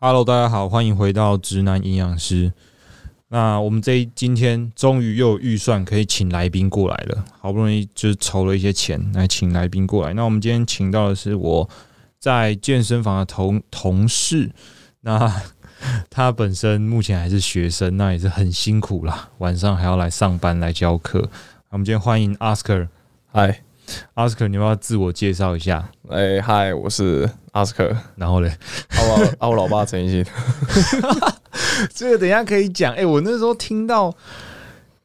Hello，大家好，欢迎回到直男营养师。那我们这一今天终于又有预算可以请来宾过来了，好不容易就是筹了一些钱来请来宾过来。那我们今天请到的是我在健身房的同同事，那 他本身目前还是学生，那也是很辛苦啦，晚上还要来上班来教课。那我们今天欢迎 Oscar，Oscar 嗨，你要不要自我介绍一下？哎嗨，我是阿斯克，然后嘞，啊我啊我老爸陈 奕迅， 这个等一下可以讲。哎、我那时候听到，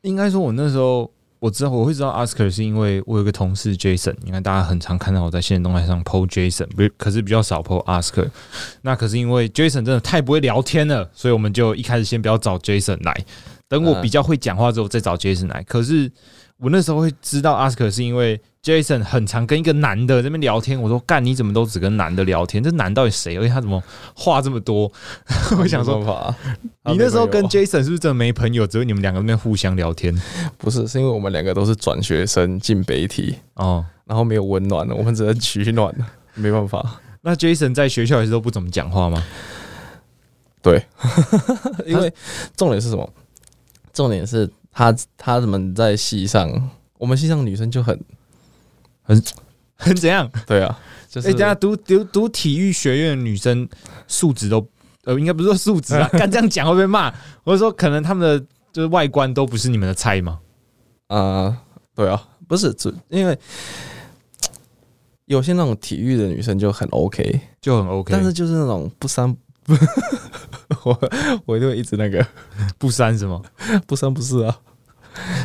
应该说，我那时候我知道我会知道 Oscar 是因为我有个同事 Jason，你看大家很常看到我在现实动态上 PO Jason，不是，可是比较少 PO Oscar。那可是因为 Jason 真的太不会聊天了，所以我们就一开始先不要找 Jason 来，等我嗯比较会讲话之后再找 Jason 来。可是我那时候会知道 Oscar 是因为。Jason 很常跟一个男的在那边聊天，我说干你怎么都只跟男的聊天？这男到底谁？而且他怎么话这么多？我想说没办法，啊你那时候跟没朋 Jason 是不是真的没朋友？只有你们两个在那 边互相聊天友不是，是因为我们两个都是转学生进北体，哦。然后没有温暖，我们只能取暖， 没办法，那 Jason 在学校也是都不怎么讲话 吗？对，因 为重点是什么？重点是他他们在戏上，我们戏上女生就很很怎样？ 对啊， 就是 哎、等一下读读读体育学院的女生素质都呃，应该不是说素质 啊，敢这样讲会被骂。我是说，可能他们的就是外观都不是你们的菜吗？啊，对啊，不是，只因为有些那种体育的女生就很 OK。就很 OK，但是就是那种不三， 我我就一直那个不删什么？不三不四啊，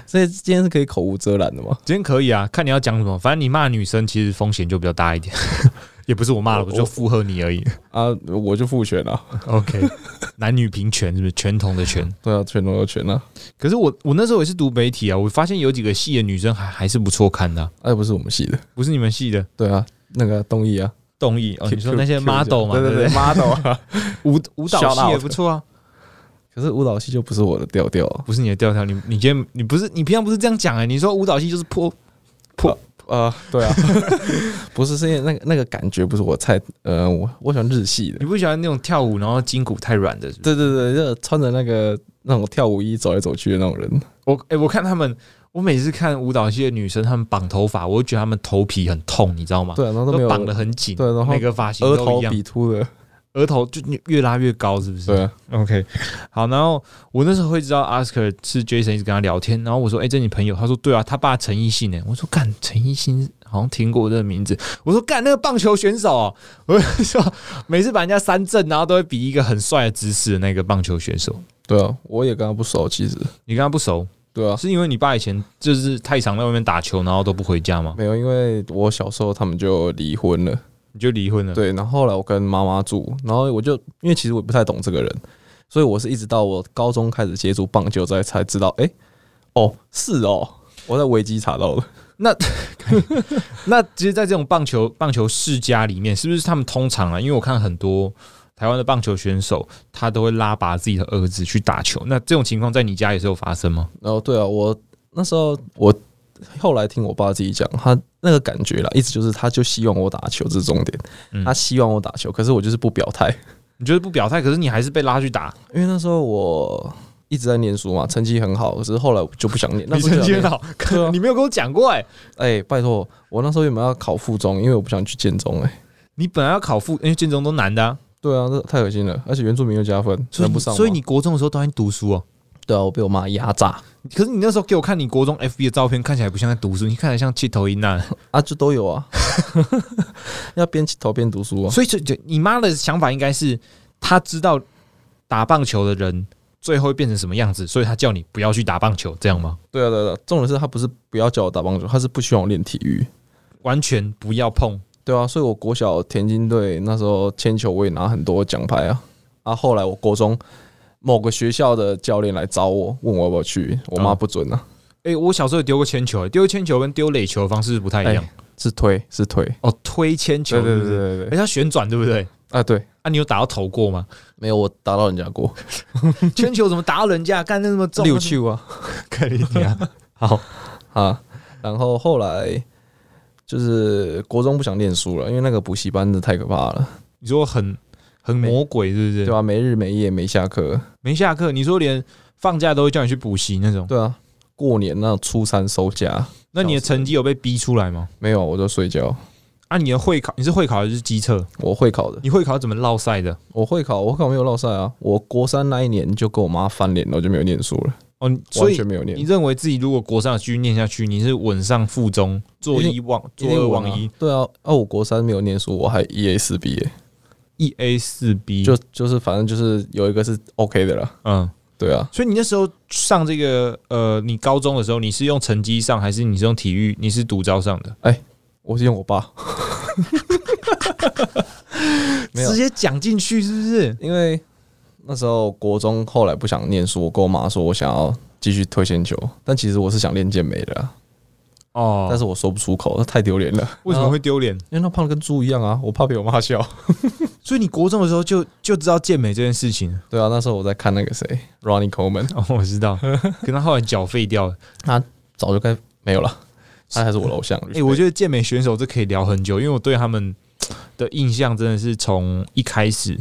所以今天是可以口无遮拦的嘛。今天可以啊，看你要讲什么。反正你骂女生其实风险就比较大一点， 也不是我骂了，我就附和你而已。啊，我就复选了， OK，男 女平权是不是全同的权？对啊，全都有权啊。可是我我那时候也是读媒体啊，我发现有几个系的女生还还是不错看的啊、哎，不是我们系的，不是你们系的对啊，那个东艺啊，动艺哦， Q- 你说那些 Q- Q 这 model 样嘛，对对不对对？ ，model 啊。 舞舞蹈 Shout 系也 out 不错啊，可是舞蹈系就不是我的调调啊，不是你的调调，你你今天你不是你平常不是这样讲哎、你说舞蹈系就是破啊，对啊， 不是，是因为那个那个感觉不是我菜，呃，我我喜欢日系的你，不喜欢那种跳舞然后筋骨太软的是不是对对对，就穿着那个那种跳舞衣走来走去的那种人，我哎、我看他们，我每次看舞蹈系的女生，她们绑头发，我就觉得她们头皮很痛，你知道吗？对啊，然后都没都有绑得很紧，对然后每个发型额都头一样，比秃的，额头就越拉越高，是不是？对啊， OK，好，然后我那时候会知道 Oscar 是 Jason 一直跟他聊天，然后我说：“哎、这你朋友？”他说：“对啊，他爸陈奕迅呢。”我说：“干，陈奕迅好像听过这个名字。”我说：“干，那个棒球选手、哦。”我就说：“每次把人家三振，然后都会比一个很帅的姿势的那个棒球选手。对啊，我也跟他不熟，其实，”你跟他不熟，对啊，是因为你爸以前就是太常在外面打球，然后都不回家吗？没有，因为我小时候他们就离婚了，你就离婚了？对，然后后来我跟妈妈住，然后我就因为其实我不太懂这个人，所以我是一直到我高中开始接触棒球才才知道，哎、哦，是哦，我在维基查到了， 那其实，在这种棒球棒球世家里面，是不是他们通常啊？因为我看很多台湾的棒球选手，他都会拉拔自己的儿子去打球。那这种情况在你家也是有发生吗？ 然后对啊，我那时候我后来听我爸自己讲，他那个感觉啦，一直就是他就希望我打球，这是重点，嗯他希望我打球，可是我就是不表态，你就是不表态，可是你还是被拉去打。因为那时候我一直在念书嘛，成绩很好，可是后来我就不想念，那你时候成就想绩念很好，对啊 你没有跟我讲过哎、哎、拜托，我那时候原本要考附中，因为我不想去建中、哎，你本来要考附，因为建中都难的、啊，对啊，这太恶心了，而且原住民又加分，所以能你不上吗所以你国中的时候都在读书哦。对啊，我被我妈压榨可是你那时候给我看你国中 FB 的照片，看起来不像在读书，你看起来像气头一难。啊，就都有啊， 要边起头边读书啊，所以这这你妈的想法应该是，她知道打棒球的人最后会变成什么样子，所以她叫你不要去打棒球，这样吗？对啊，对啊对啊，重点是他不是不要叫我打棒球，他是不希望我练体育，完全不要碰。对啊，所以我国小田径队那时候铅球我也拿很多奖牌啊，啊，后来我国中某个学校的教练来找我，问我要不要去，我妈哦不准啊，诶，我小时候有丢过铅球、哎丢铅球跟丢垒球的方式是不嗯太一样。哎是推是推，哎哦，推铅球，对对是不对是，对对，诶它旋转对不对？啊对，啊，你有打到头过吗？ 没有我打到人家过，铅球怎么打到人家？干那么重？六球啊。可以啊！好，啊，然后后来就是国中不想念书了，因为那个补习班的太可怕了。 你说很很魔鬼是不是？对吧、啊没日没夜没下课，没下课，你说连放假都会叫你去补习那种，对啊，过年那初三收假那你的笑死成绩有被逼出来吗？没有，我就睡觉。啊，你的会考，你是会考还是机测？我会考的，你会考怎么落赛的？我会考，我会考没有落赛啊。我国三那一年就跟我妈翻脸了，我就没有念书了，哦，你所完以全没有你念。认为自己如果国上继续念下去，你是稳上附中，做一一忘做二忘一对啊，啊，我国三没有念书，我还 E A 四毕业，一 A 四 B，就就是反正就是有一个是 OK 的啦。嗯，对啊，所以你那时候上这个呃，你高中的时候，你是用成绩上，还是你是用体育？你是独招上的？哎我是用我爸，没有直接讲进去是不是？因为那时候国中后来不想念书，我跟我妈说我想要继续推铅球，但其实我是想练健美的啊、哦，但是我说不出口，那太丢脸了。为什么会丢脸？因为他胖的跟猪一样啊，我怕被我妈笑。所以你国中的时候就就知道健美这件事情了对啊，那时候我在看那个谁，Ronnie Coleman，哦，我知道。 可他后来脚废掉了。早就该没有了，他还是我的偶像。哎、我觉得健美选手这可以聊很久，因为我对他们的印象真的是从一开始，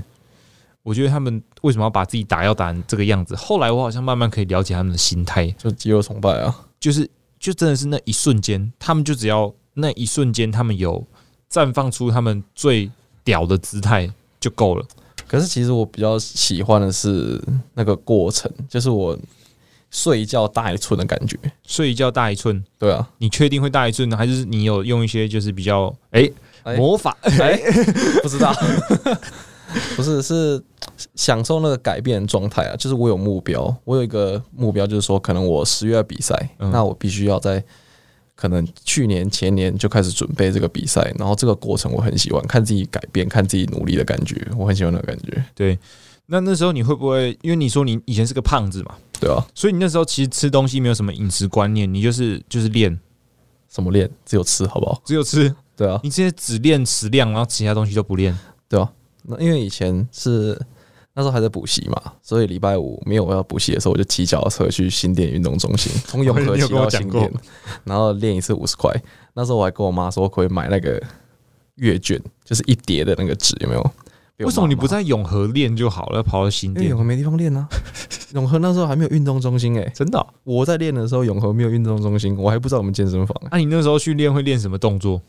我觉得他们为什么要把自己打要打成这个样子？后来我好像慢慢可以了解他们的心态，就肌肉崇拜啊，就是就真的是那一瞬间，他们就只要那一瞬间，他们有绽放出他们最屌的姿态就够了。可是其实我比较喜欢的是那个过程，就是我睡一觉大一寸的感觉。睡一觉大一寸，对啊，你确定会大一寸呢？还是你有用一些就是比较哎、哎魔法？哎，不知道， 不是是享受那个改变的状态啊，就是我有目标，我有一个目标，就是说可能我十月要比赛，嗯那我必须要在。可能去年前年就开始准备这个比赛，然后这个过程我很喜欢，看自己改变，看自己努力的感觉，我很喜欢那个感觉，对，那那时候你会不会？因为你说你以前是个胖子嘛，对啊，所以你那时候其实吃东西没有什么饮食观念，你就是就是练，什么练，只有吃，好不好？只有吃，对啊，你直接只练食量，然后其他东西都不练。对啊。那因为以前是那时候还在补习嘛，所以礼拜五没有要补习的时候，我就骑脚踏车去新店运动中心，从永和 你有骑跟我到讲新过店，然后练一次五十块。那时候我还跟我妈说，可以买那个阅卷，就是一叠的那个纸，有没有？被我为什么妈你不骂？在永和练就好了，跑到新因为店永？和没地方练啊，永和那时候还没有运动中心哎、真的哦、我在练的时候，永和没有运动中心，我还不知道我们健身房、欸那、你那时候去练会练什么动作？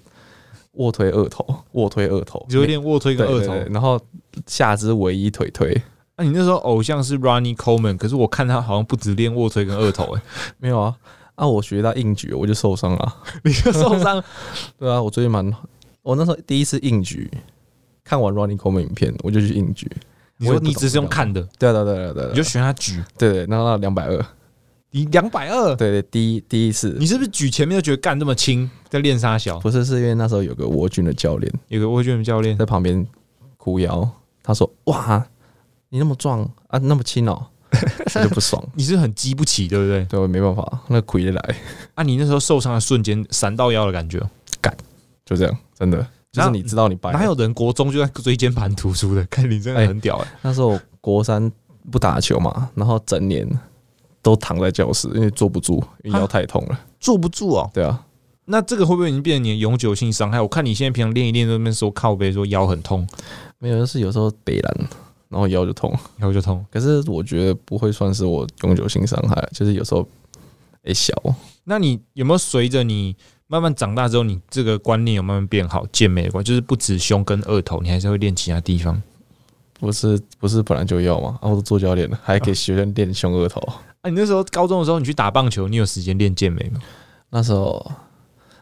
卧推二头，卧推二头，你就会练卧推对跟二对头。对，然后下肢唯一腿推，那、你那时候偶像是 Ronnie Coleman，可是我看他好像不止练卧推跟二头、 欸，没有啊，啊，我学到硬举，我就受伤了。 你就受伤。对啊，我最近蛮，我那时候第一次硬举，看完 Ronnie Coleman 影片，我就去硬举。你说我也不懂你只是用看的，对啊，对啊，对啊，对啊，你就学他举，对对，然后两百二，你两百二，对对，第一第一次你，是不是举前面就觉得干这么轻，在练沙小？不是是因为那时候有个国军的教练有个卧推教练，在旁边哭腰，他说：“哇，你那么壮啊，那么轻哦。” 我就不爽，你是很激不起，对不对？对我没办法，那亏得来，啊，你那时候受伤的瞬间，闪到腰的感觉，哦就这样，真的。就哪是你知道你白了，哪有人国中就在椎间盘突出的？ 看你真的哎很屌哎、那时候我国三不打球嘛，然后整年都躺在教室，因为坐不住，因为腰太痛了。坐不住哦。对啊，那这个会不会已经变成你的永久性伤害？我看你现在平常练一练，在那边说靠背说腰很痛，没有就是有时候北兰，然后腰就痛。腰就痛。可是我觉得不会算是我永久性伤害，就是有时候也小。那你有没有随着你慢慢长大之后，你这个观念有慢慢变好？健美的观，就是不止胸跟二头，你还是会练其他地方。不是不是本来就要嘛，啊，我都做教练了，还给学生练胸二头。啊，你那时候高中的时候，你去打棒球，你有时间练健美吗？那时候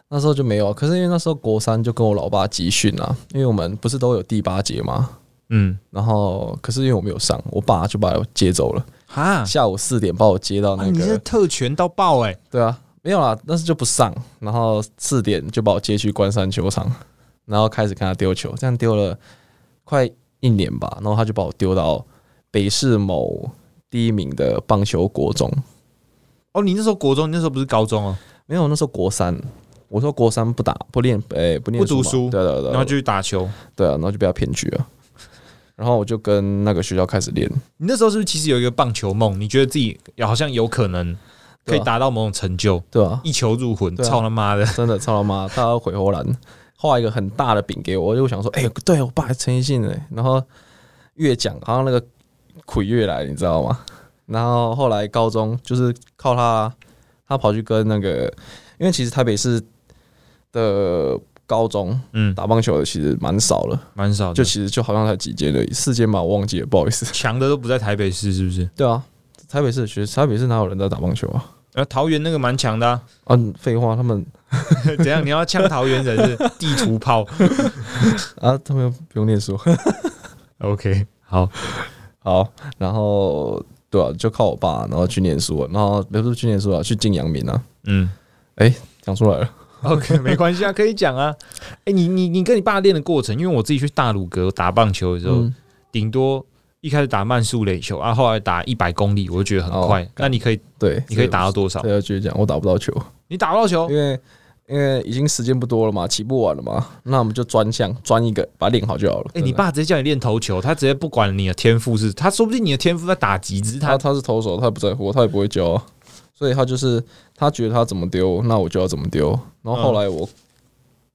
那时候就没有，可是因为那时候国三就跟我老爸集训啊，因为我们不是都有第八节嘛，嗯，然后可是因为我没有上，我爸就把我接走了。哈， 下午四点把我接到啊、那你这个，特权到爆哎、对啊，没有啦，但是就不上，然后四点就把我接去关山球场，然后开始看他丢球，这样丢了快一年吧，然后他就把我丢到北市某第一名的棒球国中，哦，你那时候国中，你那时候不是高中哦、没有，那时候国三，我说国三不打不练，诶、不念不读嘛书对啊对啊对啊，然后就去打球。对啊，然后就被他骗去了，然后我就跟那个学校开始练，你那时候是不是其实有一个棒球梦？你觉得自己好像有可能可对啊以达到某种成就，对啊，一球入魂，对啊操他妈的！真的操他妈，他要回荷兰画一个很大的饼给我，我就想说，哎、对我爸还陈奕迅呢，然后越讲好像那个鬼越来，你知道吗？然后后来高中就是靠他，他跑去跟那个，因为其实台北市的高中嗯，打棒球的其实蛮少了，蛮少的，就就其实就好像才几间而已，四间吧，我忘记了，不好意思。强的都不在台北市，是不是？对啊，台北市的学，台北市哪有人在打棒球啊？呃，桃园那个蛮强的、啊， 啊，废话，他们怎样？你要呛桃园人是地图炮啊，他们又不用念书。 ？OK，好，好，然后对啊，就靠我爸，然后去念书，然后不是去念书啊，去进阳明啊，嗯讲出来了。 ，OK，没 关系啊，可以讲啊。哎、你你你跟你爸练的过程，因为我自己去大鲁阁打棒球的时候，嗯顶、多一开始打慢速垒球啊，后来打一百公里，我就觉得很快。哦那你可以对，你可以打到多少这。这？要继续讲，我打不到球，你打不到球因为因为已经时间不多了嘛，起步晚了嘛，那我们就专项专一个，把它练好就好了。哎、你真的爸直接叫你练投球，他直接不管你的天赋是，他说不定你的天赋在打击，只是他他他是投手，他也不在乎，他也不会教啊，所以他就是他觉得他怎么丢，那我就要怎么丢。然后后来我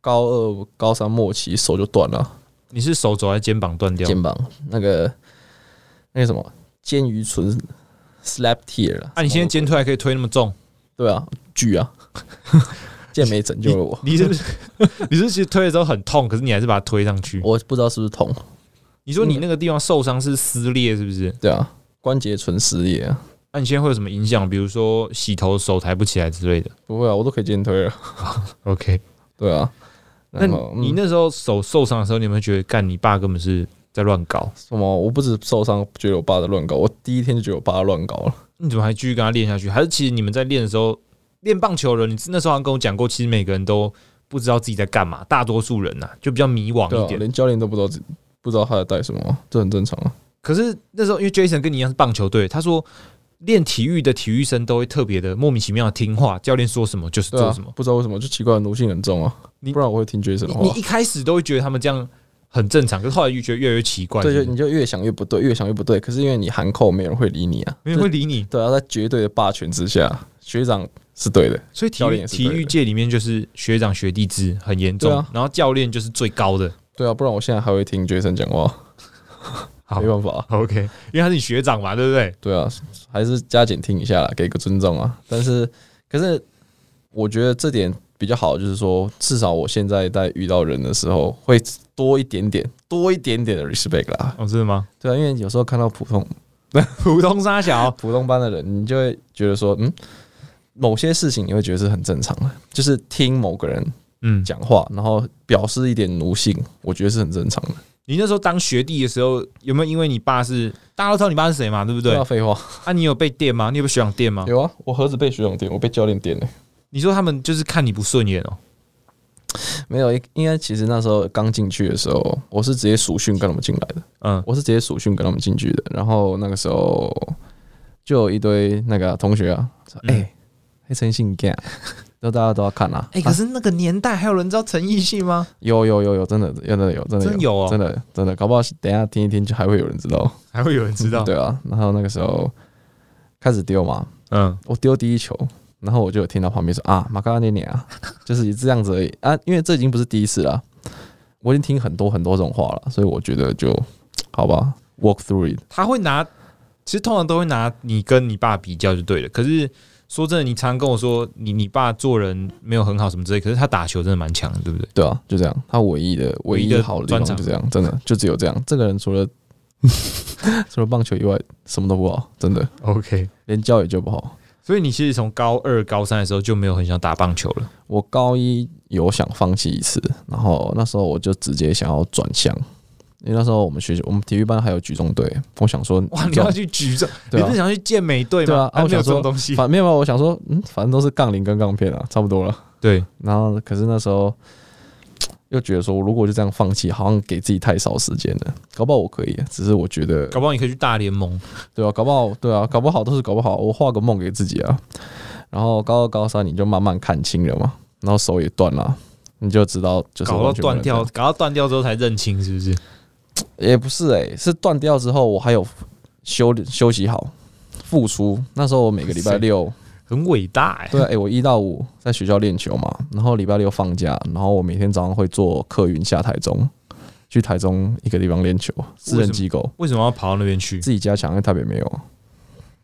高二高三末期手就断了，你是手肘还是肩膀断掉？肩膀那个那个什么肩盂唇 slap tear 了。啊，你现在肩推还可以推那么重，对啊，锯啊， 健美拯救了我。你是不是你是不是其实推的时候很痛，可是你还是把它推上去。 我嗯不知道是不是痛，你说你那个地方受伤是撕裂，是不是？对啊，关节唇撕裂啊，那、你现在会有什么影响？比如说洗头手抬不起来之类的。不会啊，我都可以肩推了。 OK，对啊，那然后你嗯那时候手受伤的时候，你有没有觉得干你爸根本是在乱搞？什么？我不止受伤，觉得我爸在乱搞，我第一天就觉得我爸在乱搞了。你怎么还继续跟他练下去？还是其实你们在练的时候练棒球了？你那时候好像跟我讲过，其实每个人都不知道自己在干嘛，大多数人呐、就比较迷惘对啊一，点。连教练都不知道自不知道他在带什么，这很正常啊。可是那时候因为 Jason 跟你一样是棒球队，他说练体育的体育生都会特别的莫名其妙的听话，教练说什么就是对啊做什么，。不知道为什么，就奇怪，奴性很重啊。你不然我会听 Jason 你的你话一。开始都会觉得他们这样很正常，可是后来就觉得越来越奇怪，对，啊是就不是你就越想越不对，越想越不对。可是因为你喊扣，没有人会理你啊。没人会理你。对啊，在绝对的霸权之下，学长是对的。所以体教练育也是体对育的界里面就是学长学弟制很严重，对啊然后教练就是最高的。对啊，不然我现在还会听 Jason 讲话，好没办法啊。 OK，因为他是你学长嘛，对不对？对啊，还是加减听一下啦，给个尊重啊。但是，可是我觉得这点比较好，就是说，至少我现在在遇到人的时候，会多一点点，多一点点的 respect 啦。哦，真的吗？对啊，因为有时候看到普通普通沙小，普通班的人，你就会觉得说，嗯，某些事情你会觉得是很正常的，就是听某个人嗯，讲话，然后表示一点奴性，我觉得是很正常的。你那时候当学弟的时候，有没有因为你爸是大家都知道你爸是谁嘛，对不对那？废话，啊，你有被电吗？你有被学长电吗？有啊，我何止被学长点，我被教练点呢、你说他们就是看你不顺眼哦， 没有，应该其实那时候刚进去的时候，我是直接暑训跟他们进来的，嗯，我是直接暑训跟他们进去的。然后那个时候就有一堆那个同学啊，说嗯哎，黑诚信 g a 都大家都要看啊。哎、啊可是那个年代还有人知道陈奕迅吗？有有有有，真的真的有啊真的真有哦真的真的，搞不好等一下听一听就还会有人知道。还会有人知道？对啊，然后那个时候开始丢嘛，嗯，我丢第一球，然后我就有听到旁边说啊，马卡涅涅啊， 就是这样子而已啊，因为这已经不是第一次了，我已经听很多很多这种话了，所以我觉得就好吧，walk through it。他会拿，其实通常都会拿你跟你爸比较就对了。可是说真的，你常跟我说你你爸做人没有很好什么之类，可是他打球真的蛮强的，对不对？对啊，就这样，他唯一的唯唯一一的好的地专方长就这样，真的就只有这样。这个人除 了 除了棒球以外，什么都不好，真的 OK，连教也教不好。所以你其实从高二、高三的时候就没有很想打棒球了。我高一有想放弃一次，然后那时候我就直接想要转向，因为那时候我们学校我们体育班还有举重队，我想说哇，举你重要去举重，你对啊不是想去健美队对吗啊？啊还我没有想这种说东西。反没有，我想说，嗯，反正都是杠铃跟杠片啊，差不多了。对，然后，可是那时候又觉得说，如果就这样放弃，好像给自己太少时间了。搞不好我可以，啊只是我觉得，搞不好你可以去大联盟。对啊，搞不好，对啊，搞不好都是搞不好，我画个梦给自己啊。然后高二、高三你就慢慢看清了嘛，然后手也断了，你就知道就是搞到完全不能断掉，这搞到断掉之后才认清，是不是？样，也不是诶、是断掉之后我还有休休息好，复出。那时候我每个礼拜六。很伟大哎、 对啊，哎、我一到五在学校练球嘛，然后礼拜六放假，然后我每天早上会坐客运下台中，去台中一个地方练球，私人机构为什么要跑到那边去？自己加强，因为台北没有，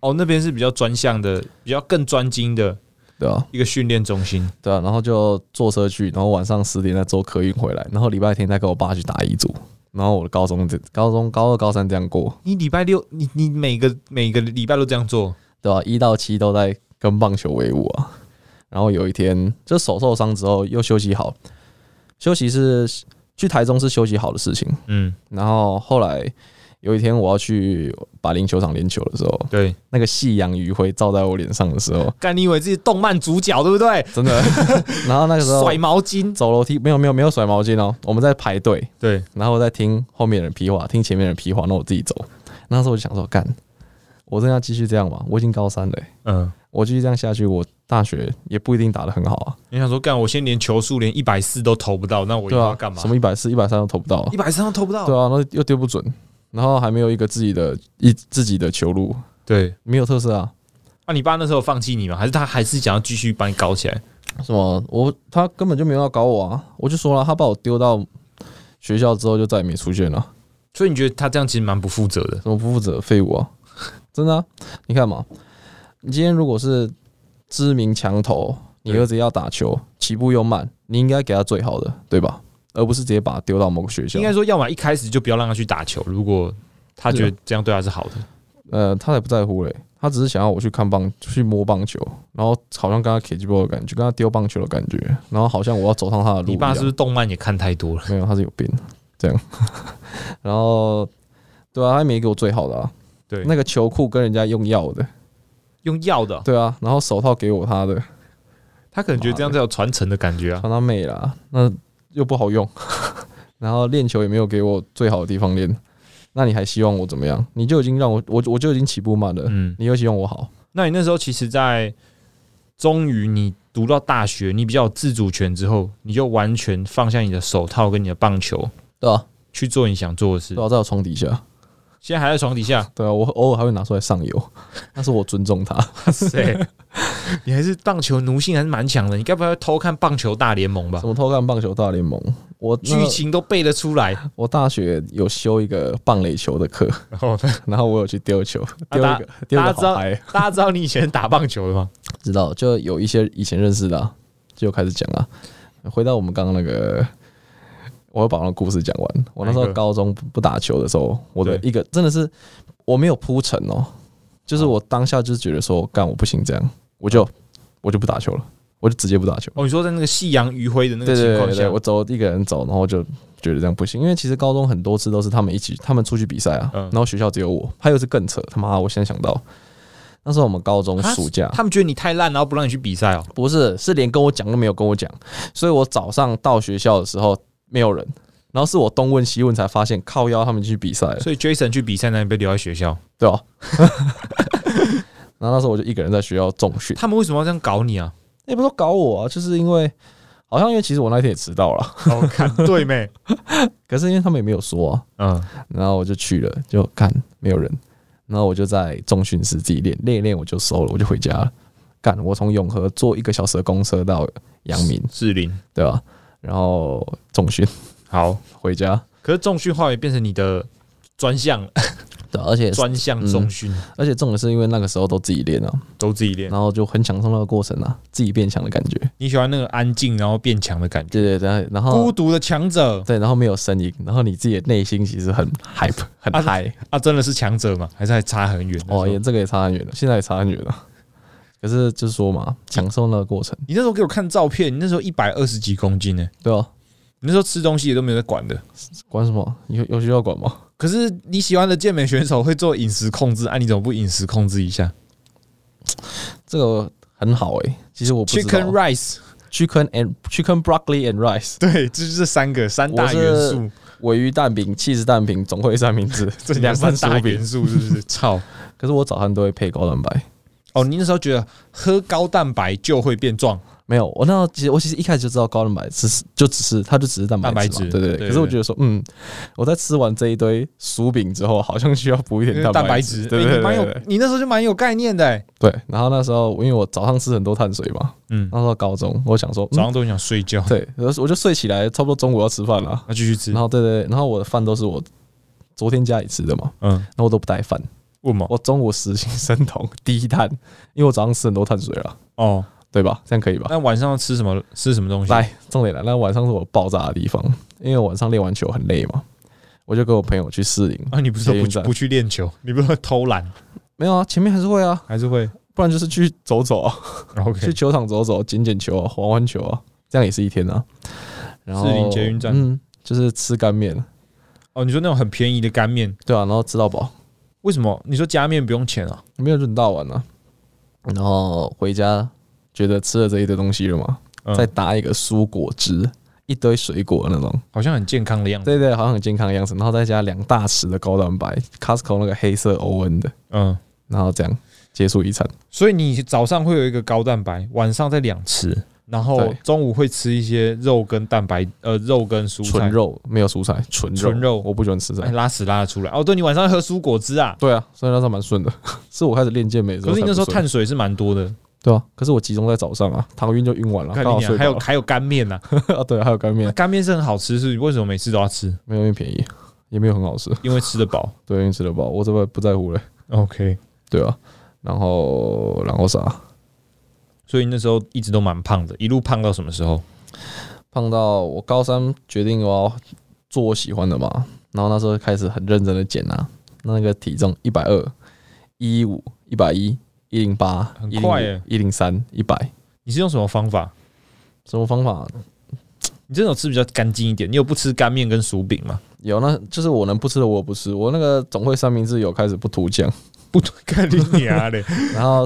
哦，那边是比较专项的，比较更专精的对啊，一个训练中心。对啊，然后就坐车去，然后晚上十点再坐客运回来，然后礼拜天再跟我爸去打一组，然后我的高中这高中高二高三这样过，你礼拜六，你你每个每个礼拜都这样做，对吧、啊一到七都在跟棒球为伍啊。然后有一天就手受伤之后又休息好，休息是去台中是休息好的事情。嗯，然后后来有一天我要去把林球场练球的时候，对。那个夕阳余晖照在我脸上的时候，干，你以为自己动漫主角对不对？真的。然后那个时候甩毛巾，走楼梯，没有没有没有甩毛巾哦，我们在排队，对，然后我在听后面的人屁话，听前面的人屁话，那我自己走。那时候我就想说，干，我真的要继续这样吗？我已经高三了欸、嗯，我继续这样下去，我大学也不一定打得很好啊，你想说干，我先连球速连一百四都投不到，那我以对后啊要干，嘛什？么一百四、一百三都投不到啊一，百三都投不到，对啊，那又丢不准，然后还没有一个自己的一自己的球路，对。没有特色啊。那你爸那时候放弃你吗？还是他还是想要继续把你搞起来？什么？我他根本就没有要搞我啊！我就说了，他把我丢到学校之后就再也没出现了，所以你觉得他这样其实蛮不负责的，什么不负责废物啊！真的啊、你看嘛，你今天如果是知名强投，你对儿子要打球，起步又慢，你应该给他最好的，对吧？而不是直接把他丢到某个学校应。该说，要么一开始就不要让他去打球，如果他觉得这样对他是好的，呃，他才不在乎嘞，他只是想要我去看棒，去摸棒球，然后好像跟他 K G 波的感觉，就跟他丢棒球的感觉，然后好像我要走上他的路一你爸样。是不是动漫也看太多了？没有，他是有病，这样。 然后，对啊，他也没给我最好的啊。对那个球裤跟人家用药的，用药的哦，对啊，然后手套给我他的，他可能觉得这样才有传承的感觉啊。穿他妹啦，那又不好用。 然后练球也没有给我最好的地方练，那你还希望我怎么样？你就已经让我，我我就已经起步慢了，嗯，你又希望我好？那你那时候其实，在终于你读到大学，你比较有自主权之后，你就完全放下你的手套跟你的棒球，对啊，去做你想做的事对。啊，在我床底下，，现在还在床底下 对啊，我偶尔还会拿出来上游，但是我尊重他。哇塞， 你还是棒球奴性还是蛮强的。你该不会偷看棒球大联盟吧什？么偷看棒球大联盟？我那剧情都背得出 来，我大学有修一个棒垒球的课，然后 啊然后我有去丢球，丢一大个丢一大个家知道好嗨，大家知道你以前打棒球的吗？知道就有一些以前认识的、啊、就开始讲啊。回到我们刚刚那个，我要把那个故事讲完。我那时哪一候个高中不不打球的时候，我的对一个真的是我没有铺陈哦，就是好我当下就是觉得说，干我不行这样，我就我就不打球了，我就直接不打球。哦，你说在那个夕阳余晖的那对个对情对况对对，下，我走一个人走，然后就觉得这样不行，因为其实高中很多次都是他们一起，他们出去比赛啊，嗯然后学校只有我，还有一次更扯，他妈我现在想到，那时候我们高中他暑假，他们觉得你太烂，然后不让你去比赛哦。啊不是是连跟我讲都没有跟我讲，所以我早上到学校的时候没有人，然后是我东问西问才发现靠腰他们去比赛了，所以 Jason 去比赛，那你被留在学校，对 吧、然后那时候我就一个人在学校重训，他们为什么要这样搞你啊？也不是说搞我啊，就是因为好像因为其实我那天也迟到了，哦，看对没？可是因为他们也没有说啊， 嗯，然后我就去了，就看没有人，然后我就在重训室自己练，练一练我就收了，我就回家了。干，我从永和坐一个小时的公车到阳 明，志玲，对吧、然后重训好。回家，可是重训后来变成你的专 项，对啊、而且专项重训、而且重点是因为那个时候都自己练啊，都自己练。然后就很享受那个过程啊，自己变强的感觉。你喜欢那个安静然后变强的感觉，对对对，然孤后独的强者对，然后没有声音，然后你自己的内心其实很 hype 很啊嗨、啊，真的是强者吗？还是还差很远？那哦，时也候这个也差很远了，现在也差很远了。可是就是说嘛，享受那个过程，你那时候给我看照片，你那时候一百二十几公斤呢、对啊，你那时候吃东西也都没有在管的。管什么？有有需要管吗？可是你喜欢的健美选手会做饮食控制，啊，你怎么不饮食控制一下 这个很好诶、其实我不知道？Chicken rice， chicken and chicken broccoli and rice 对，这就是这三个三大元我素，尾鱼蛋饼、气质蛋饼、 总会三明治这，两三份薯大元饼。 素是不是？操！可是我早餐都会配高蛋白，哦，你那时候觉得喝高蛋白就会变壮，没有，我那时候其实我其实一开始就知道高蛋白只是就只是它就只是蛋白蛋白质质嘛，对对对对。可是我觉得说，嗯，我在吃完这一堆薯饼之后，好像需要补一点 蛋白哎质，对诶对你蛮有对对，你那时候就蛮有概念的、欸，对。对然后那时候因为我早上吃很多碳水嘛，嗯那，时候高中，我想说，早嗯、上都很想睡觉，对，我就我就睡起来，差不多中午要吃饭了。那继续吃然，后对对，对然后我的饭都是我昨天家里吃的嘛，嗯，然后我都不带饭，问嘛，我中午实行生酮低碳，因为我早上吃很多碳水了，哦，对吧？这样可以吧？那晚上要吃什么？吃什么东西？来，重点来，那晚上是我爆炸的地方，因为晚上练完球很累嘛，我就跟我朋友去适应。啊，你不是说捷不运去站不去练球，你不是说偷懒，没有啊，前面还是会啊，还是会不然就是去走走啊，去？OK，球场走走，捡捡球啊，玩玩球啊，这样也是一天啊。然后士林捷运站嗯，就是吃干面，哦，你说那种很便宜的干面，对啊，然后吃到饱，为什么？你说加面不用钱啊？没有润到完啊。然后回家觉得吃了这一堆东西了嘛，嗯再打一个蔬果汁，一堆水果那种。好像很健康的样子。对对，好像很健康的样子，然后再加两大匙的高蛋白，Costco 那个黑色欧恩的，嗯，然后这样结束一餐。所以你早上会有一个高蛋白，晚上再两吃，然后对中午会吃一些肉跟蛋白，呃，肉跟蔬菜纯。肉没有蔬菜，纯肉。纯肉我不喜欢吃哎，菜。拉屎拉得出来哦！对你晚上喝蔬果汁啊，对啊，所以那时候蛮顺的，是我开始练健美的时候可是才不顺。你那时候碳水是蛮多的，对啊，可是我集中在早上啊，糖晕就晕完了，看刚好你睡啊还饱有了。还有干面呐， 啊，对，还有干面，干面是很好吃，是为什么每次都要吃？没有因为便宜，也没有很好吃，因为吃得饱。对，因为吃得饱，我这个不在乎嘞。 OK，对啊，然后然后啥，所以那时候一直都蛮胖的，一路胖到什么时候？胖到我高三决定我要做我喜欢的嘛，然后那时候开始很认真的减啊，那个体重一百二、一五、一百一、一零八、很一快耶零一零三、一百，你是用什么方法？什么方法？你这种吃比较干净一点，你有不吃干面跟薯饼吗？有那就是我能不吃的我不吃，我那个总会三明治有开始不涂酱， 不，干你娘啊嘞！然后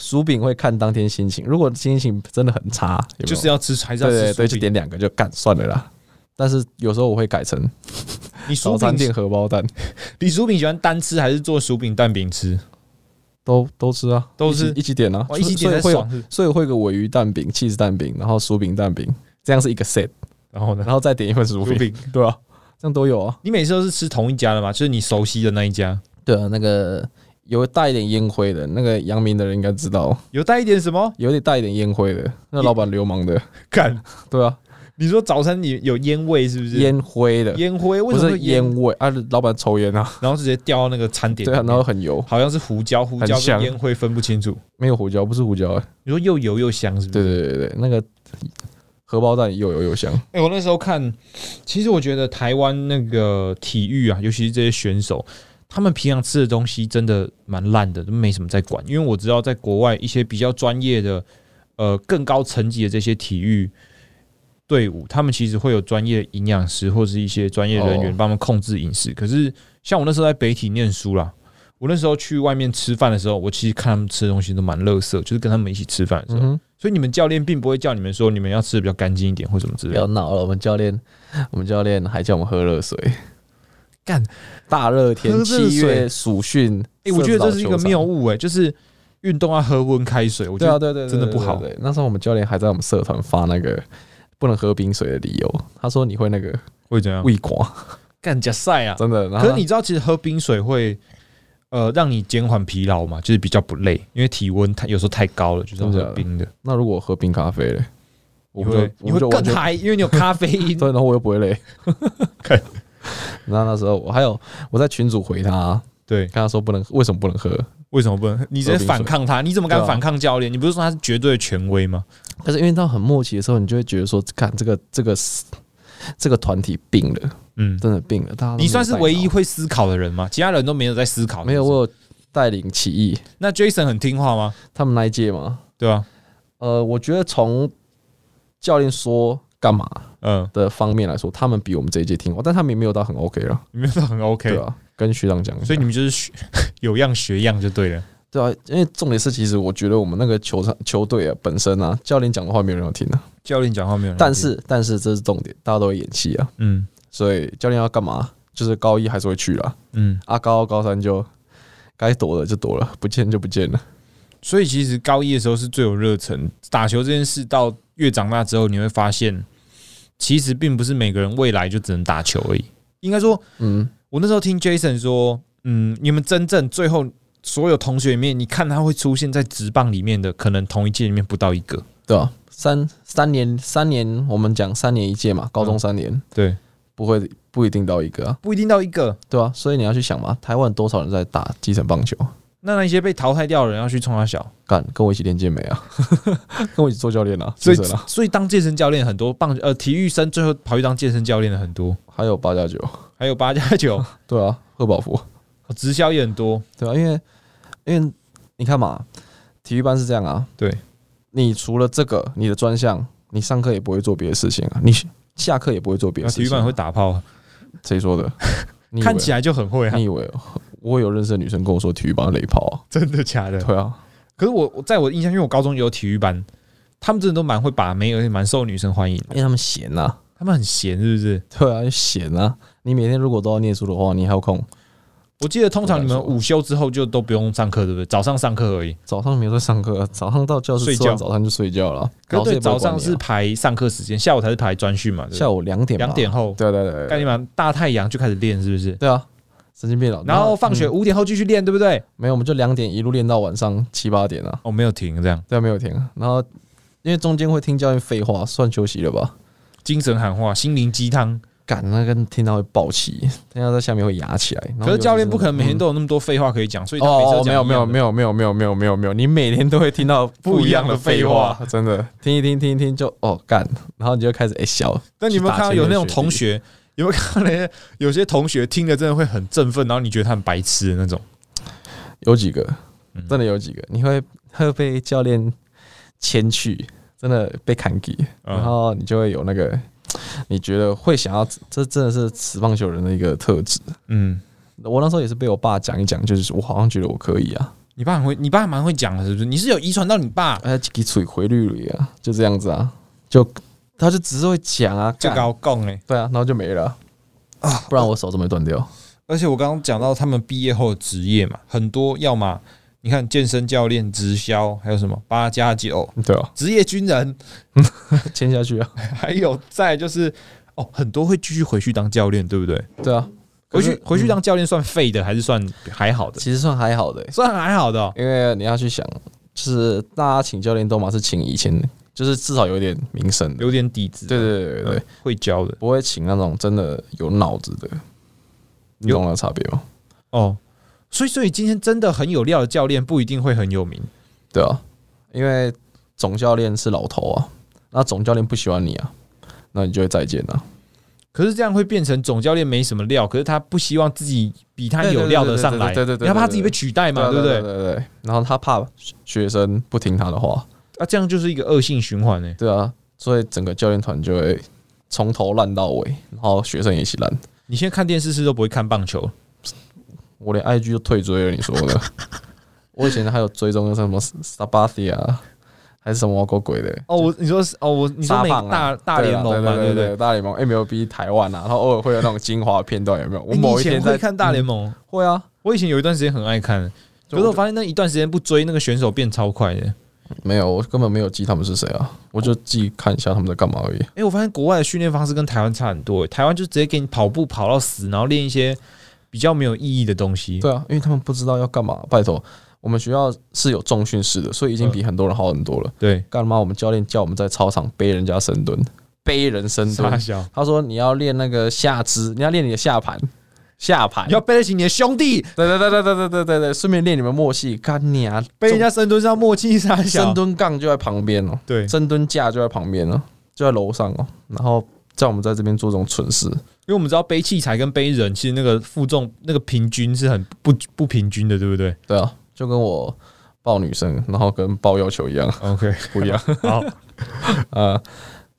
薯饼会看当天心情，如果心情真的很差，有没有 就是要吃，还是要对对吃对，薯就饼。点两个就干算了啦。但是有时候我会改成你早薯餐饼，店荷包蛋，你薯饼喜欢单吃还是做薯饼蛋饼吃？都都吃啊，都吃一起一起点啊，哇，一起所点才以会有爽是。所以我会有个尾鱼蛋饼、气质蛋饼，然后薯饼蛋饼，这样是一个 set，然后呢然？后再点一份薯薯饼，饼，对啊，这样都有啊。你每次都是吃同一家的吗？就是你熟悉的那一家，对啊，那个有带一点烟灰的，那个阳明的人应该知道，有带一点什么？有点带一点烟灰的，那老板流氓的，干，对啊，你说早餐你有烟味是不是？烟灰的，烟灰为不什么是会烟？烟味啊，老板抽烟啊，然后直接掉到那个餐点里对啊，面。然后很油，好像是胡椒，胡椒很跟香烟灰分不清楚。没有胡椒，不是胡椒、欸，你说又油又香是不对是？对对对对，那个荷包蛋又油又香，哎、我那时候看，其实我觉得台湾那个体育啊，尤其是这些选手，他们平常吃的东西真的蛮烂的，都没什么在管。因为我知道在国外一些比较专业的、呃更高层级的这些体育队伍，他们其实会有专业营养师或是一些专业人员哦帮他们控制饮食。可是像我那时候在北体念书啦。我那时候去外面吃饭的时候，我其实看他们吃的东西都蛮垃圾，就是跟他们一起吃饭的时候，嗯哼，所以你们教练并不会叫你们说你们要吃的比较干净一点或什么之类不的要。闹了，我们教练，我们教练还叫我们喝热水，干大热喝天，热水七月暑训，哎、我觉得这是一个射不到球场谬误哎，就是运动要喝温开水，我觉对啊，得对对，对真的不好对对对那时候我们教练还在我们社团发那个不能喝冰水的理由，他说你会那个会怎样？胃垮，干加晒啊！真的。然可后是你知道，其实喝冰水会呃让你减缓疲劳嘛，就是比较不累，因为体温太有时候太高了，就是要真的喝假的冰的，那如果我喝冰咖啡嘞，啊我你不就会你我会就更完全嗨，因为你有咖啡因。 对，然后我又不会累看。然后那时候我还有我在群主回他，对，跟他说不能为什么不能喝，为什么不能？你直接喝冰水反抗他，你怎么敢对啊反抗教练？你不是说他是绝对的权威吗？可是因为到很末期的时候，你就会觉得说，看这个这个这个团体病了，嗯，真的病了。大家都你算是没有唯一带会思考的人吗？其他人都没有在思考。脑没有是不是我有带领起义，那 Jason 很听话吗？他们那一届嘛，对啊，呃，我觉得从教练说干嘛嗯，的方面来说，他们比我们这一届听话，但他们也没有到很 OK 了，你们都很 OK，对啊，跟学长讲一下，所以你们就是学 有样学样就对了。对啊，因为重点是，其实我觉得我们那个球场球队啊本身啊，教练讲的话没有人要听啊，教练讲话没有人听，但是但是这是重点，大家都会演戏啊，嗯所以教练要干嘛，就是高一还是会去啦，嗯，啊高二高三就该躲的就躲了，不见就不见了，所以其实高一的时候是最有热忱，打球这件事到越长大之后，你会发现，其实并不是每个人未来就只能打球而已。应该说，嗯，我那时候听 Jason 说，嗯，你们真正最后所有同学里面，你看他会出现在职棒里面的，可能同一届里面不到一个。对啊，三三年三年，我们讲三年一届嘛，高嗯中三年、对，不会不一定到一个啊，不一定到一个。对啊，所以你要去想嘛，台湾多少人在打基层棒球？那那些被淘汰掉的人要去冲他小，干，跟我一起练健美啊， 跟我一起做教练啊，所以健身啊，所以当健身教练很多棒呃体育生最后跑去当健身教练的很多，还有八加九，还有八加 九对啊，贺宝福，直销也很多。对啊，因为因为你看嘛，体育班是这样啊，对，你除了这个你的专项，你上课也不会做别的事情啊，你下课也不会做别那的事体情、育啊班会，打炮，谁 说的？你以为看起来就很会啊你，以为我有认识的女生跟我说体育班雷炮、啊？真的假 的？对啊，可是我我在我印象，因为我高中有体育班，他们真的都蛮会把妹，而且蛮受女生欢迎的因为他们闲啊呐、他们很闲，是不是？对啊，闲啊。你每天如果都要念书的话，你还有空？我记得通常你们不敢说午休之后就都不用上课，对不对？早上上课而已。早上没有在上课，啊早上到教室睡吃完觉早餐就睡觉了。可是老师对，也不早会管上你啊是排上课时间，下午才是排专训嘛。下午午两点吧两点。后，对对对干对，你们大太阳就开始练，是不是？对啊，神经病了。然后放学嗯五点后继续练，对不对？没有，我们就两点一路练到晚上七八点啊，哦，没有停，这样对啊，没有停。然后因为中间会听教练废话，算休息了吧？精神喊话、心灵鸡汤。赶那个听到会爆气，听到在下面会压起来。然后可是教练有时候不可能每天嗯都有那么多废话可以讲，所以他每次哦都哦，讲没有没有一样的没有没有没有没有没有没有，你每天都会听到不一样的的废话，真的听一听听一听就哦干，然后你就开始哎笑，但你有没有看到有那种同学？有没有看到那些有些同学听了真的会很振奋，然后你觉得他很白痴的那种？有几个嗯真的有几个，你会会被教练牵去，真的被砍给，嗯然后你就会有那个你觉得会想要，这真的是持棒球人的一个特质。嗯，我那时候也是被我爸讲一讲，就是我好像觉得我可以啊，你爸很会，你爸蛮会讲的，是不是？你是有遗传到你爸哎，给嘴回绿绿啊，就这样子啊，就他就只是会讲啊，这干高杠哎？对啊，然后就没了啊，不然我手怎么会断掉？而且我刚刚讲到他们毕业后的职业嘛，很多要么你看健身教练、直销，还有什么八加九、 对啊，职业军人，签下去啊，还有再就是哦，很多会继续回去当教练，对不对？对啊，回可去是回去当教练算废的还是算还好的？其实算还好的 欸、算还好的哦、因为你要去想，就是大家请教练都嘛是请以前，就是至少有点名声的，有点底子，对对对对对，会教的。不会请那种真的有脑子的，你有懂那差别吗？哦，所以所以今天真的很有料的教练不一定会很有名，对啊，因为总教练是老头啊，那总教练不喜欢你啊，那你就会再见啊。可是这样会变成总教练没什么料，可是他不希望自己比他有料的上来，对对对对对对对对对他怕自己被取代嘛，对不对对？对对，然后他怕学生不听他的话，啊，这样就是一个恶性循环欸呢。对啊，所以整个教练团就会从头烂到尾，然后学生也一起烂。你现在看电视是都不会看棒球，我连 IG 都退追了，你说 的。我以前还有追踪那什么 Sabathia 啊还是什么狗鬼的，哦，我你说是哦，我你说美沙棒大啊大联盟嘛，对对啊不对对？大联盟 MLB 台湾啊，然后偶尔会有那种精华片段，有没有？我诶你某以一前天会在看大联盟，会啊，我以前有一段时间很爱看，可是我发现那一段时间不追那个选手变超快的。没有，我根本没有记他们是谁啊，我就记看一下他们在干嘛而已。哎、我发现国外的训练方式跟台湾差很多、欸，台湾就直接给你跑步跑到死，然后练一些比较没有意义的东西。对啊，因为他们不知道要干嘛。拜托，我们学校是有重训室的，所以已经嗯比很多人好很多了。对，干嘛？我们教练叫我们在操场背人家深蹲，背人深蹲傻，笑。他说你要练那个下肢，你要练你的下盘，下盘你要背得起你的兄弟，对对对对对对对对对，顺便练你们默契。干你啊，背人家深蹲是要默契傻深笑。蹲杠就在旁边哦，对，因深蹲架就在旁边哦，就在楼上哦，然后在我们在这边做这种蠢事，为我们知道背器材跟背人，其实那个负重那个平均是很不不平均的，对不对对啊，就跟我抱女生，然后跟抱要求一样， ？OK，不一样好， 呃，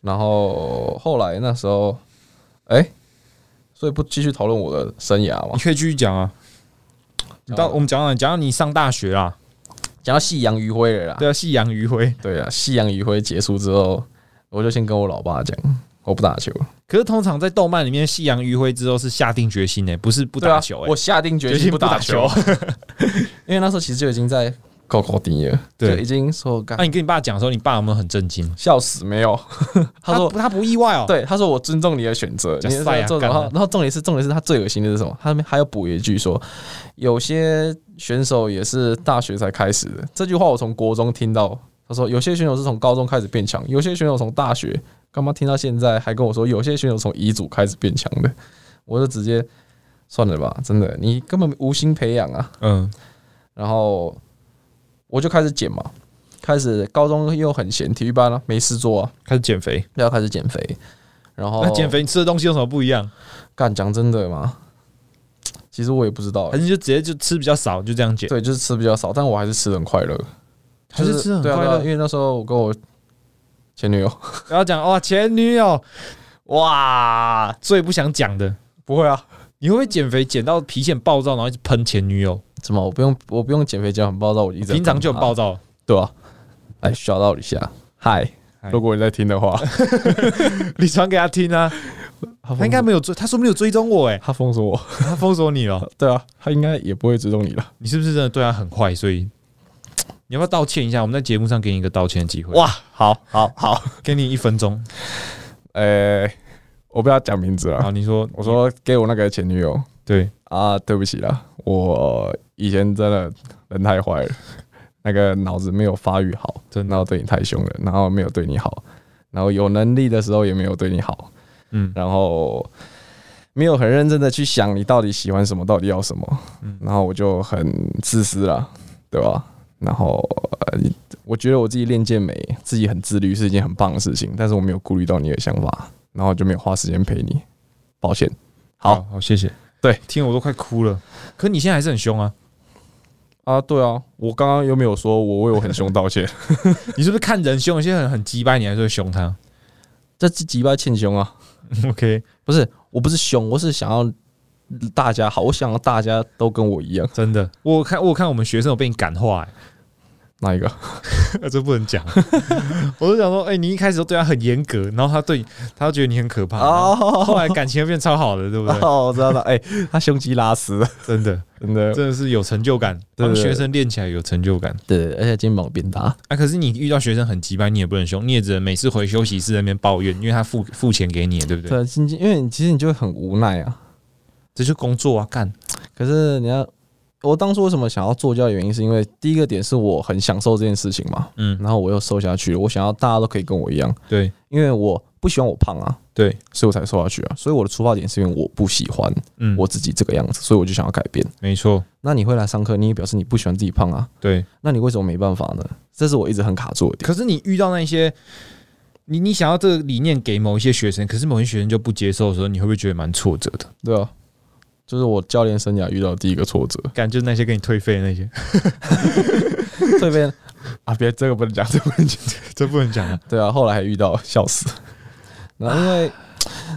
然后后来那时候，哎、所以不继续讨论我的生涯嘛你，可以继续讲啊。你到我们讲讲讲到你上大学啦，讲到夕阳余晖了啦，对啊，夕阳余晖。对啊，夕阳余晖结束之后，我就先跟我老爸讲，我不打球了，可是通常在动漫里面，夕阳余晖之后是下定决心诶、不是不不打球诶、欸 我下定决心不打球，因为那时候其实就已经在高高低了，对就已经说干那、你跟你爸讲的时候，你爸有没有很震惊？笑死没 有？他说不他不意外哦，对，他说我尊重你的选择，假你是赛啊做干然后他然后重点是重点是他哎最恶心的是什么？他那边还要补一句说，有些选手也是大学才开始的。这句话我从国中听到，他说有些选手是从高中开始变强，有些选手从大学，干嘛听到现在还跟我说有些选手从乙组开始变强的？我就直接算了吧，真的，你根本无心培养啊。嗯，然后我就开始减嘛，开始高中又很闲，体育班啊没事做啊，开始减肥。要开始减肥。然后那减肥你吃的东西有什么不一样？干讲真的嘛，其实我也不知道欸还，是你就直接就吃比较少，就这样减？哦对，就是吃比较少，但我还是吃的很快乐，还是吃得很对啊快对啊乐因？为那时候我跟我前女友，不要讲哇，前女友哇，最不想讲的。 不会啊，你会不会减肥减到脾气很暴躁，然后一直喷前女友？怎么我不用我不用减肥就很暴躁，我一直在平常就很干嘛暴，躁，对啊，来小道一下，嗨嗨，如果你在听的话，你传给他听啊。 他他应该没有追，他说没有追踪我哎、他封锁我，他封锁你了。 对啊，他应该也不会追踪你了，你是不是真的对他很坏？所以你要不要道歉一下？我们在节目上给你一个道歉的机会， 哇，好好 好，给你一分钟。呃，我不要讲名字了，好，你说，我说给我那个前女友，对，啊，对不起啦，我以前真的人太坏了， 那个脑子没有发育好，真的然后对你太凶了，然后没有对你好，然后有能力的时候也没有对你好，嗯，然后没有很认真的去想你到底喜欢什么，到底要什么，嗯然后我就很自私啦，对吧？然后、呃我觉得我自己练健美，自己很自律是一件很棒的事情，但是我没有顾虑到你的想法，然后就没有花时间陪你，抱歉。好好，谢谢。对，听我都快哭了。可你现在还是很凶啊？啊，对啊，我刚刚又没有说我为我很凶道歉，你是不是看人凶，有些人很鸡掰，你还是会凶他 这是击败欠凶啊！ ？OK，不是，我不是凶，我是想要大家好，我想要大家都跟我一样。真的，我有看我有看我们学生有被你感化、欸，哪一个？呃， 这不能讲。 我就想说，哎、你一开始都对他很严格，然后他对他觉得你很可怕，然 后后来感情又变超好的，对不对？哦哦，我知道了，哎、他胸肌拉丝，真的，真的，真的是有成就感，对帮对对学生练起来有成就感。对，而且肩膀变大。啊，可是你遇到学生很急掰，你也不能凶，你也只能每次回休息室那边抱怨，因为他付付钱给你，对不对？对，啊心因为你其实你就会很无奈啊。这就是工作啊，干。可是你要，我当初为什么想要做教的原因，是因为第一个点是我很享受这件事情嘛，嗯，然后我又瘦下去了，我想要大家都可以跟我一样，对因为我不喜欢我胖啊，对，所以我才瘦下去啊。所以我的出发点是因为我不喜欢。嗯，我自己这个样子，所以我就想要改变。没错，那你会来上课，你也表示你不喜欢自己胖啊，对。那你为什么没办法呢？这是我一直很卡住的点。可是你遇到那些，你你想要这个理念给某一些学生，可是某些学生就不接受的时候，你会不会觉得蛮挫折的？对啊，就是我教练生涯遇到的第一个挫折。感就是那些给你退费的那 些，这边啊，别这个不能讲，这个不能讲。这不能讲啊。对啊，后来还遇到，笑死。那因为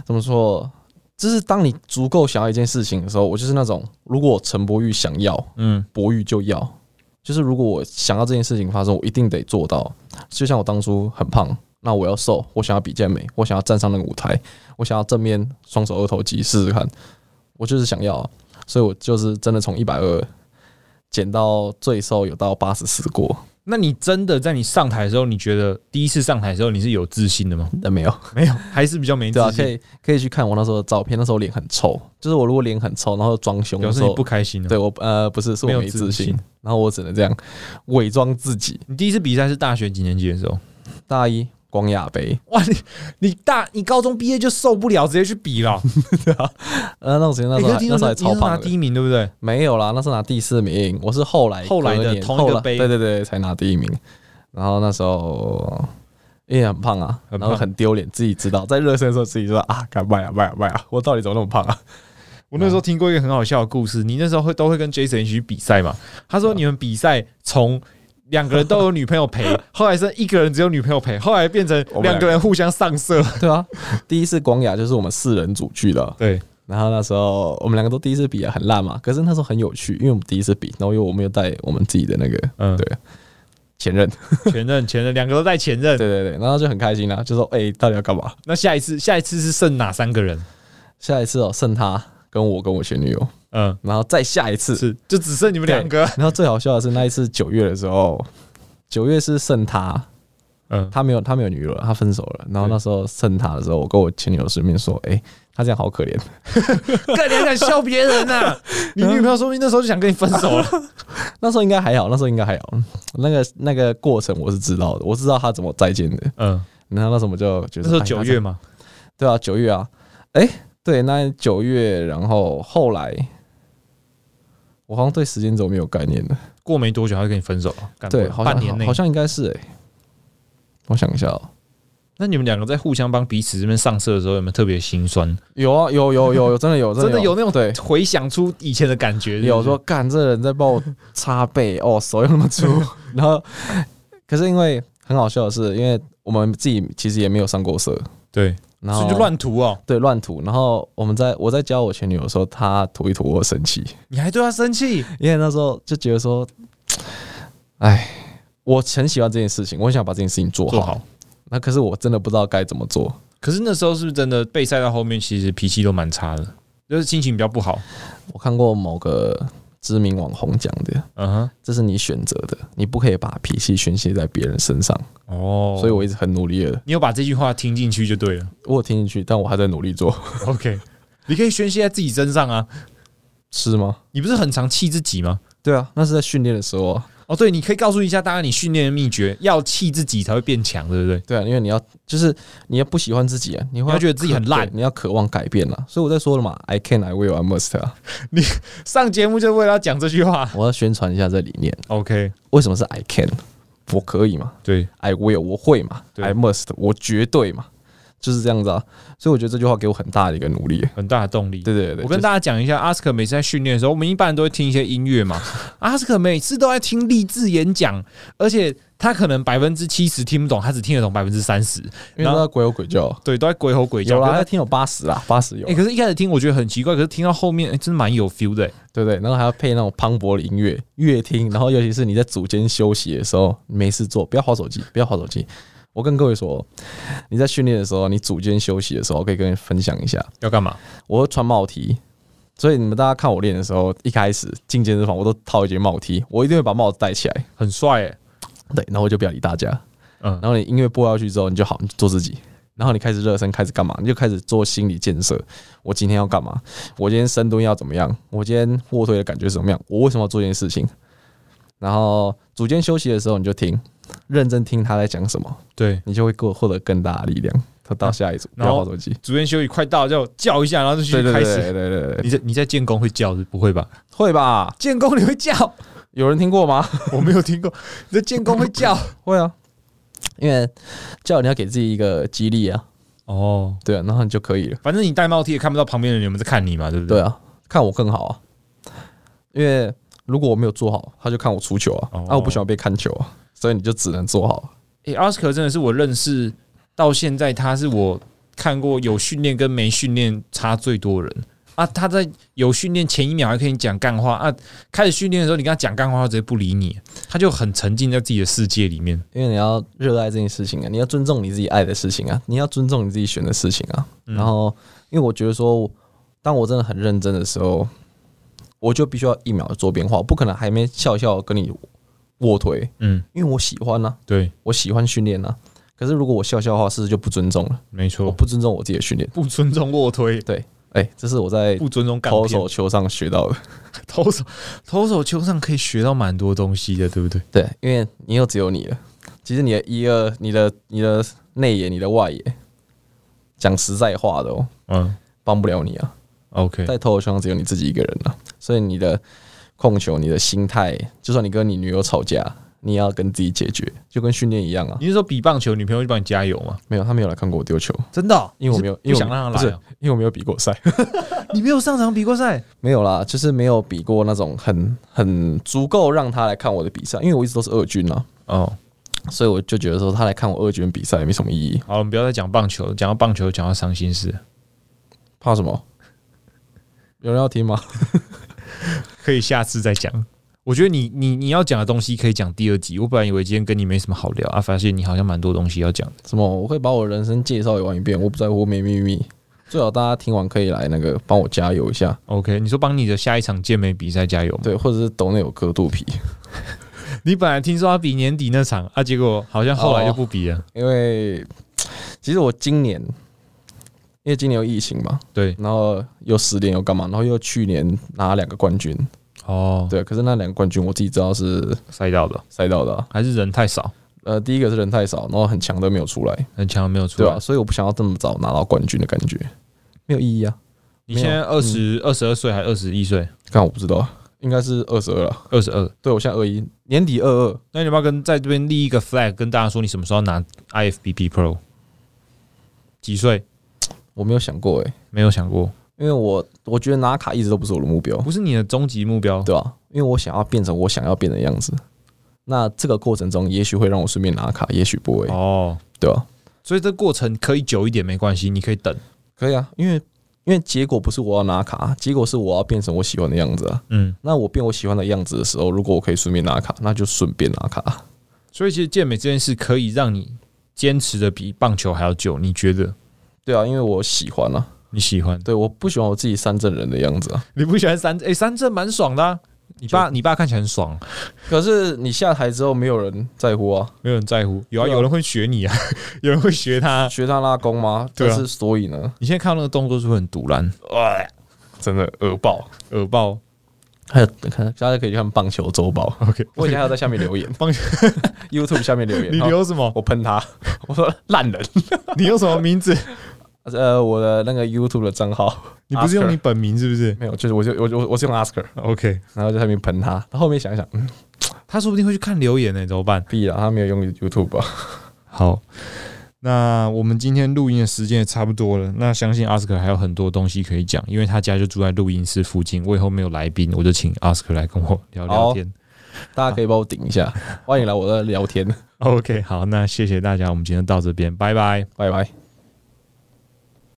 怎么说，就是当你足够想要一件事情的时候，我就是那种，如果陈柏宇想要， 嗯，博弈就要，就是如果我想要这件事情发生，我一定得做到。就像我当初很胖，那我要瘦，我想要比健美，我想要站上那个舞台，我想要正面双手二头肌试试看，我就是想要啊，所以我就是真的从一百二减到最瘦有到八十四过，那你真的在你上台的时候，你觉得第一次上台的时候你是有自信的吗？但没有。没有，还是比较没对啊，自可信，以可以去看我那时候的照片，那时候脸很臭，就是我如果脸很臭，然后装凶表的示时你候不，开心了。对我呃不是是我没有没自自信信，然后我只能这样伪装自己。你第一次比赛是大学几年级的时候？大一光亚杯。哇，你 你大你高中毕业就受不了，直接去比了。呃，那种时间 那时候哎可还、是听那时说候还你你是超拿胖第的，一名，对不对？没有啦，那时候拿第四名，我是后来后来的隔年同一后个来杯对对对，才拿第一名。然后那时候因为很胖啊，很然后胖很丢脸，自己知道，在热身的时候自己知道啊，敢卖啊卖啊卖啊，我到底怎么那么胖啊？我那时候听过一个很好笑的故事，你那时候会都会跟 Jason 一起去比赛嘛？他说你们比赛从两个人都有女朋友 陪，后来是一个人只有女朋友陪，后来变成我们两两个个人互相上色。对啊，第一次广雅就是我们四人组去的，对，然后那时候我们两个都第一次比啊，很烂嘛，可是那时候很有趣，因为我们第一次比，然后又我们又带我们自己的那个嗯，对前任，前任前任两个都带前任对。对对，然后就很开心啦、就说哎、到底要干嘛？那下一次下一次是剩哪三个人？下一次哦，剩他跟我跟我前女友，嗯，然后再下一次，是就只剩你们两个，然后最好笑的是那一次九月的时候，九月是剩他，嗯，他没有他没有女友了，他分手了。然后那时候剩他的时候，我跟我前女友顺便说，哎、他这样好可怜。 干你还敢笑别人啊呐、 你女朋友说不定那时候就想跟你分手了，那时候应该还好，那时候应该还好。那个那个过程我是知道的，我知道他怎么再见的。嗯，然后那时候我就觉那得，时候哎九他月嘛，对啊，九月啊，哎、对，那九月，然后后来，我好像对时间轴没有概念的，过没多久他就跟你分手了，干对，不好像半年内好，像应该是哎、我想一下哦、那你们两个在互相帮彼此这边上色的时候，有没有特别心酸？有啊，有有有有，真的有，真的有那种对，回想出以前的感觉，有说干这人在帮我擦背哦，手又那么 粗，然后可是因为很好笑的是，因为我们自己其实也没有上过色，对，然所后以就乱涂哦，对乱涂，然后我们在我在教我前女友的时候，她涂一涂我生气，你还对他生气，因为那时候就觉得说，哎，我很喜欢这件事情，我很想把这件事情做好，做好。那可是我真的不知道该怎么做，可是那时候是不是真的被晒到后面，其实脾气都蛮差的，就是心情比较不好。我看过某个知名网红讲的。嗯这是你选择的，你不可以把脾气宣泄在别人身上，哼，哦，所以我一直很努力的你有把这句话听进去就对 了。我有听进去，但我还在努力做， OK，你可以宣泄在自己身上啊，是吗？你不是很常气自己吗？对啊，那是在训练的时候啊。哦，对，你可以告诉一下大家你训练的秘诀，要气自己才会变强，对不对？对啊，因为你要就是你要不喜欢自己啊，你你会要觉得自己很烂对，你要渴望改变啊。所以我在说了嘛，I can, I will, I must 啊。上节目就为了要讲这句话。我要宣传一下这理念。 OK，为什么是 I can？我可以嘛对， ？I will，我会嘛对？I must，我绝对嘛？就是这样子啊。所以我觉得这句话给我很大的一个努力。很大的动力。对对对，我跟大大家讲一下，阿斯克每次在训练的时候，我们一般人都会听一些音乐嘛。阿斯克每次都在听励志演讲，而且他可能百分之七十听不懂，他只听得懂百分之三十，因为都在鬼吼鬼叫啊，对，都在鬼吼鬼叫。有啦，可他是听有八十啊，八十有哎、，可是一开始听我觉得很奇怪，可是听到后面，哎、真的蛮有 feel 的、哎对不对？然后还要配那种磅礴的音乐，越听，然后尤其是你在组间休息的时候，没事做，不要划手机，不要划手机。我跟各位说，你在训练的时候，你组间休息的时候，我可以跟你分享一下，要干嘛？我会穿帽 T，所以你们大家看我练的时候，一开始进健身房我都套一件帽 T，我一定会把帽子戴起来，很帅、哎，对，然后我就不要理大家。嗯，然后你音乐播下去之后，你就好，你就做自己。然后你开始热身，开始干嘛？你就开始做心理建设。我今天要干嘛？我今天深蹲要怎么样？我今天卧推的感觉是怎么样？我为什么要做这件事情？然后组间休息的时候，你就听，认真听他在讲什么，对。你就会给我获得更大的力量。他到下一组，不啊然要后划手机。主任休息快到就叫一下，然后就去对对开对始。对对对对，你在你在建工会叫是不会吧？会吧？建工你会叫？有人听过吗？ 我没有听过。你在建工会叫？会啊，因为叫你要给自己一个激励啊，哦，对啊，然后你就可以了。反正你戴帽 T 也看不到旁边的人有没有在看你嘛，对不对？对啊，看我更好啊，因为如果我没有做好，他就看我出球啊，哦啊，我不喜欢被看球啊，所以你就只能做好。诶、奥斯卡真的是我认识到现在，他是我看过有训练跟没训练差最多的人啊。他在有训练前一秒还跟你讲干话啊，开始训练的时候你跟他讲干话，他直接不理你，他就很沉浸在自己的世界里面。因为你要热爱这件事情啊，你要尊重你自己爱的事情啊，你要尊重你自己选的事情啊。嗯然后，因为我觉得说，当我真的很认真的时候，我就必须要一秒做变化，我不可能还没笑笑地跟你卧推，嗯，因为我喜欢啊，对，我喜欢训练啊。可是如果我笑笑的话，是不是就不尊重了？没我错，不尊重我自己的训练。不尊重卧 推，哎、这是我在不尊重干投片手球上学到的。投手投手球上可以学到蛮多东西的，对不对？对，因为你又只有你了。其实你的一二、你的、你的内野、你的外野，讲实在话的哦，嗯帮不了你啊。 ，OK，在投球上只有你自己一个人啊，所以你的控球、你的心态，就算你跟你女友吵架，你也要跟自己解决，就跟训练一样啊。你是说比棒球女朋友会帮你加油吗？没有，他没有来看过我丢球，真的哦、因为我没有，你因为是我不想让不他是来哦、因为我没有比过赛，你没有上场比过赛， 没有啦，就是没有比过那种很很足够让他来看我的比赛，因为我一直都是二军啊，哦，所以我就觉得说他来看我二军比赛也没什么意义，好，我们不要再讲棒球，讲到棒球，讲到伤心事，怕什么？ 有人要听吗？ 可以下次再讲。我觉得你你你要讲的东西可以讲第二集。我本来以为今天跟你没什么好聊啊，发现你好像蛮多东西要讲的。什么？我会把我人生介绍完一遍，我不在乎，没秘密。最好大家听完可以来那个帮我加油一下， OK，你说帮你的下一场健美比赛加油吗？对，或者是抖内有割肚皮， 你本来听说要比年底那场啊，结果好像后来就不比了。因为其实我今年，因为今年有疫情嘛，对，然后又失恋又干嘛，然后又去年拿两个冠军，哦，对，可是那两个冠军我自己知道是赛道的赛道的啊、还是人太少，呃，第一个是人太少，然后很强的没有出来，很强没有出对来。吧、所以我不想要这么早拿到冠军的感觉，没有意义啊。你现在二十二十二岁还二十一岁，看我不知道，啊应该是二十二了。二十二，对我现在二一，年底二二，那你要不要跟在这边立一个 flag，跟大家说你什么时候要拿 IFBB Pro？几岁？我没有想过诶、没有想过，因为我我觉得拿卡一直都不是我的目标，不是你的终极目标。对吧、因为我想要变成我想要变的样子。那这个过程中，也许会让我顺便拿卡，也许不会，哦，对吧、所以这过程可以久一点没关系，你可以等。可以啊，因为因为结果不是我要拿卡，结果是我要变成我喜欢的样子啊。嗯，那我变我喜欢的样子的时候，如果我可以顺便拿卡，那就顺便拿卡。所以其实健美这件事可以让你坚持的比棒球还要久，你觉得对啊，因为我喜欢啊，你喜欢？对，我不喜欢我自己三镇人的样子啊。你不喜欢三诶、三振蛮爽的啊、你爸你爸看起来很爽，啊可是你下台之后，没有人在乎啊，没有人在乎。有啊，对啊有人会学你啊， 有人会学他。学他拉弓吗？对啊但是所以呢，你现在看到那个动作是不是很堵然，真的恶爆。耳爆。还有看，大家可以去看棒球周报。 OK，我以前还有在下面留言，棒球 YouTube 下面留言，你然后留什么？我喷他，我说烂人。你用什么名 字？ 呃，我的那个 YouTube 的账号， 你不是用 Oscar 你本名是不是没有，就是我就我就我是用 Oscar， ？OK，然后在下面喷他。然后后面想一想，嗯，他说不定会去看留言呢、怎么办？必了，他没有用 YouTube 吧？好，那我们今天录音的时间也差不多了。那相信阿斯克还有很多东西可以讲，因为他家就住在录音室附近。我以后没有来宾，我就请阿斯克来跟我聊聊好天。大家可以帮我顶一 下，欢迎来我的聊天， OK，好，那谢谢大家，我们今天就到这边，拜拜。拜拜。